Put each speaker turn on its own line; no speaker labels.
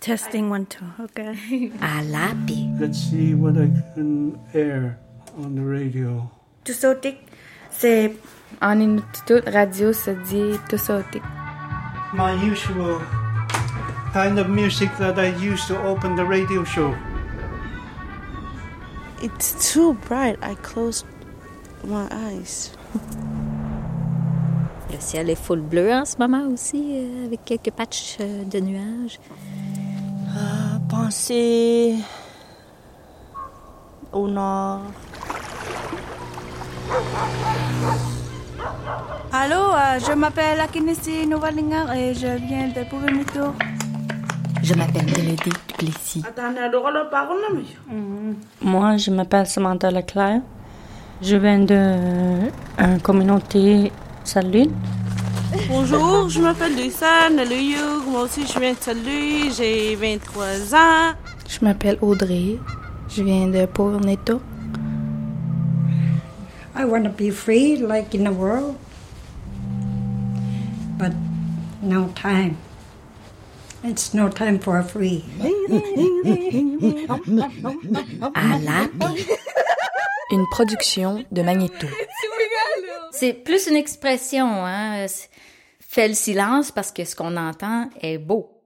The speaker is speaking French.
Testing one, two. Okay.
à läpi.
Let's see what I can air on the radio.
Tusotik, c'est
En Inuktitut, radio se dit Tusotik.
My usual kind of music that I use to open the radio show.
It's too bright. I closed my eyes.
Le ciel est full bleu en ce moment aussi, euh, avec quelques patchs euh, de nuages.
Pensez au nord.
Allô, euh, je m'appelle Akinesi Novalingar et je viens de Pouvemito.
Je m'appelle Mélodie Duplessis.
Moi, je m'appelle Samantha Leclerc. Je viens de euh, une communauté salut.
Bonjour, je m'appelle Luciane Luyug. Moi aussi, je viens de Salut. J'ai 23 ans.
Je m'appelle Audrey. Je viens de Pauvre Neto.
I want to be free, like in the world, but no time. It's no time for free.
À läpi.
Une production de Magnéto.
C'est plus une expression, hein. C'est- Fais le silence parce que ce qu'on entend est beau.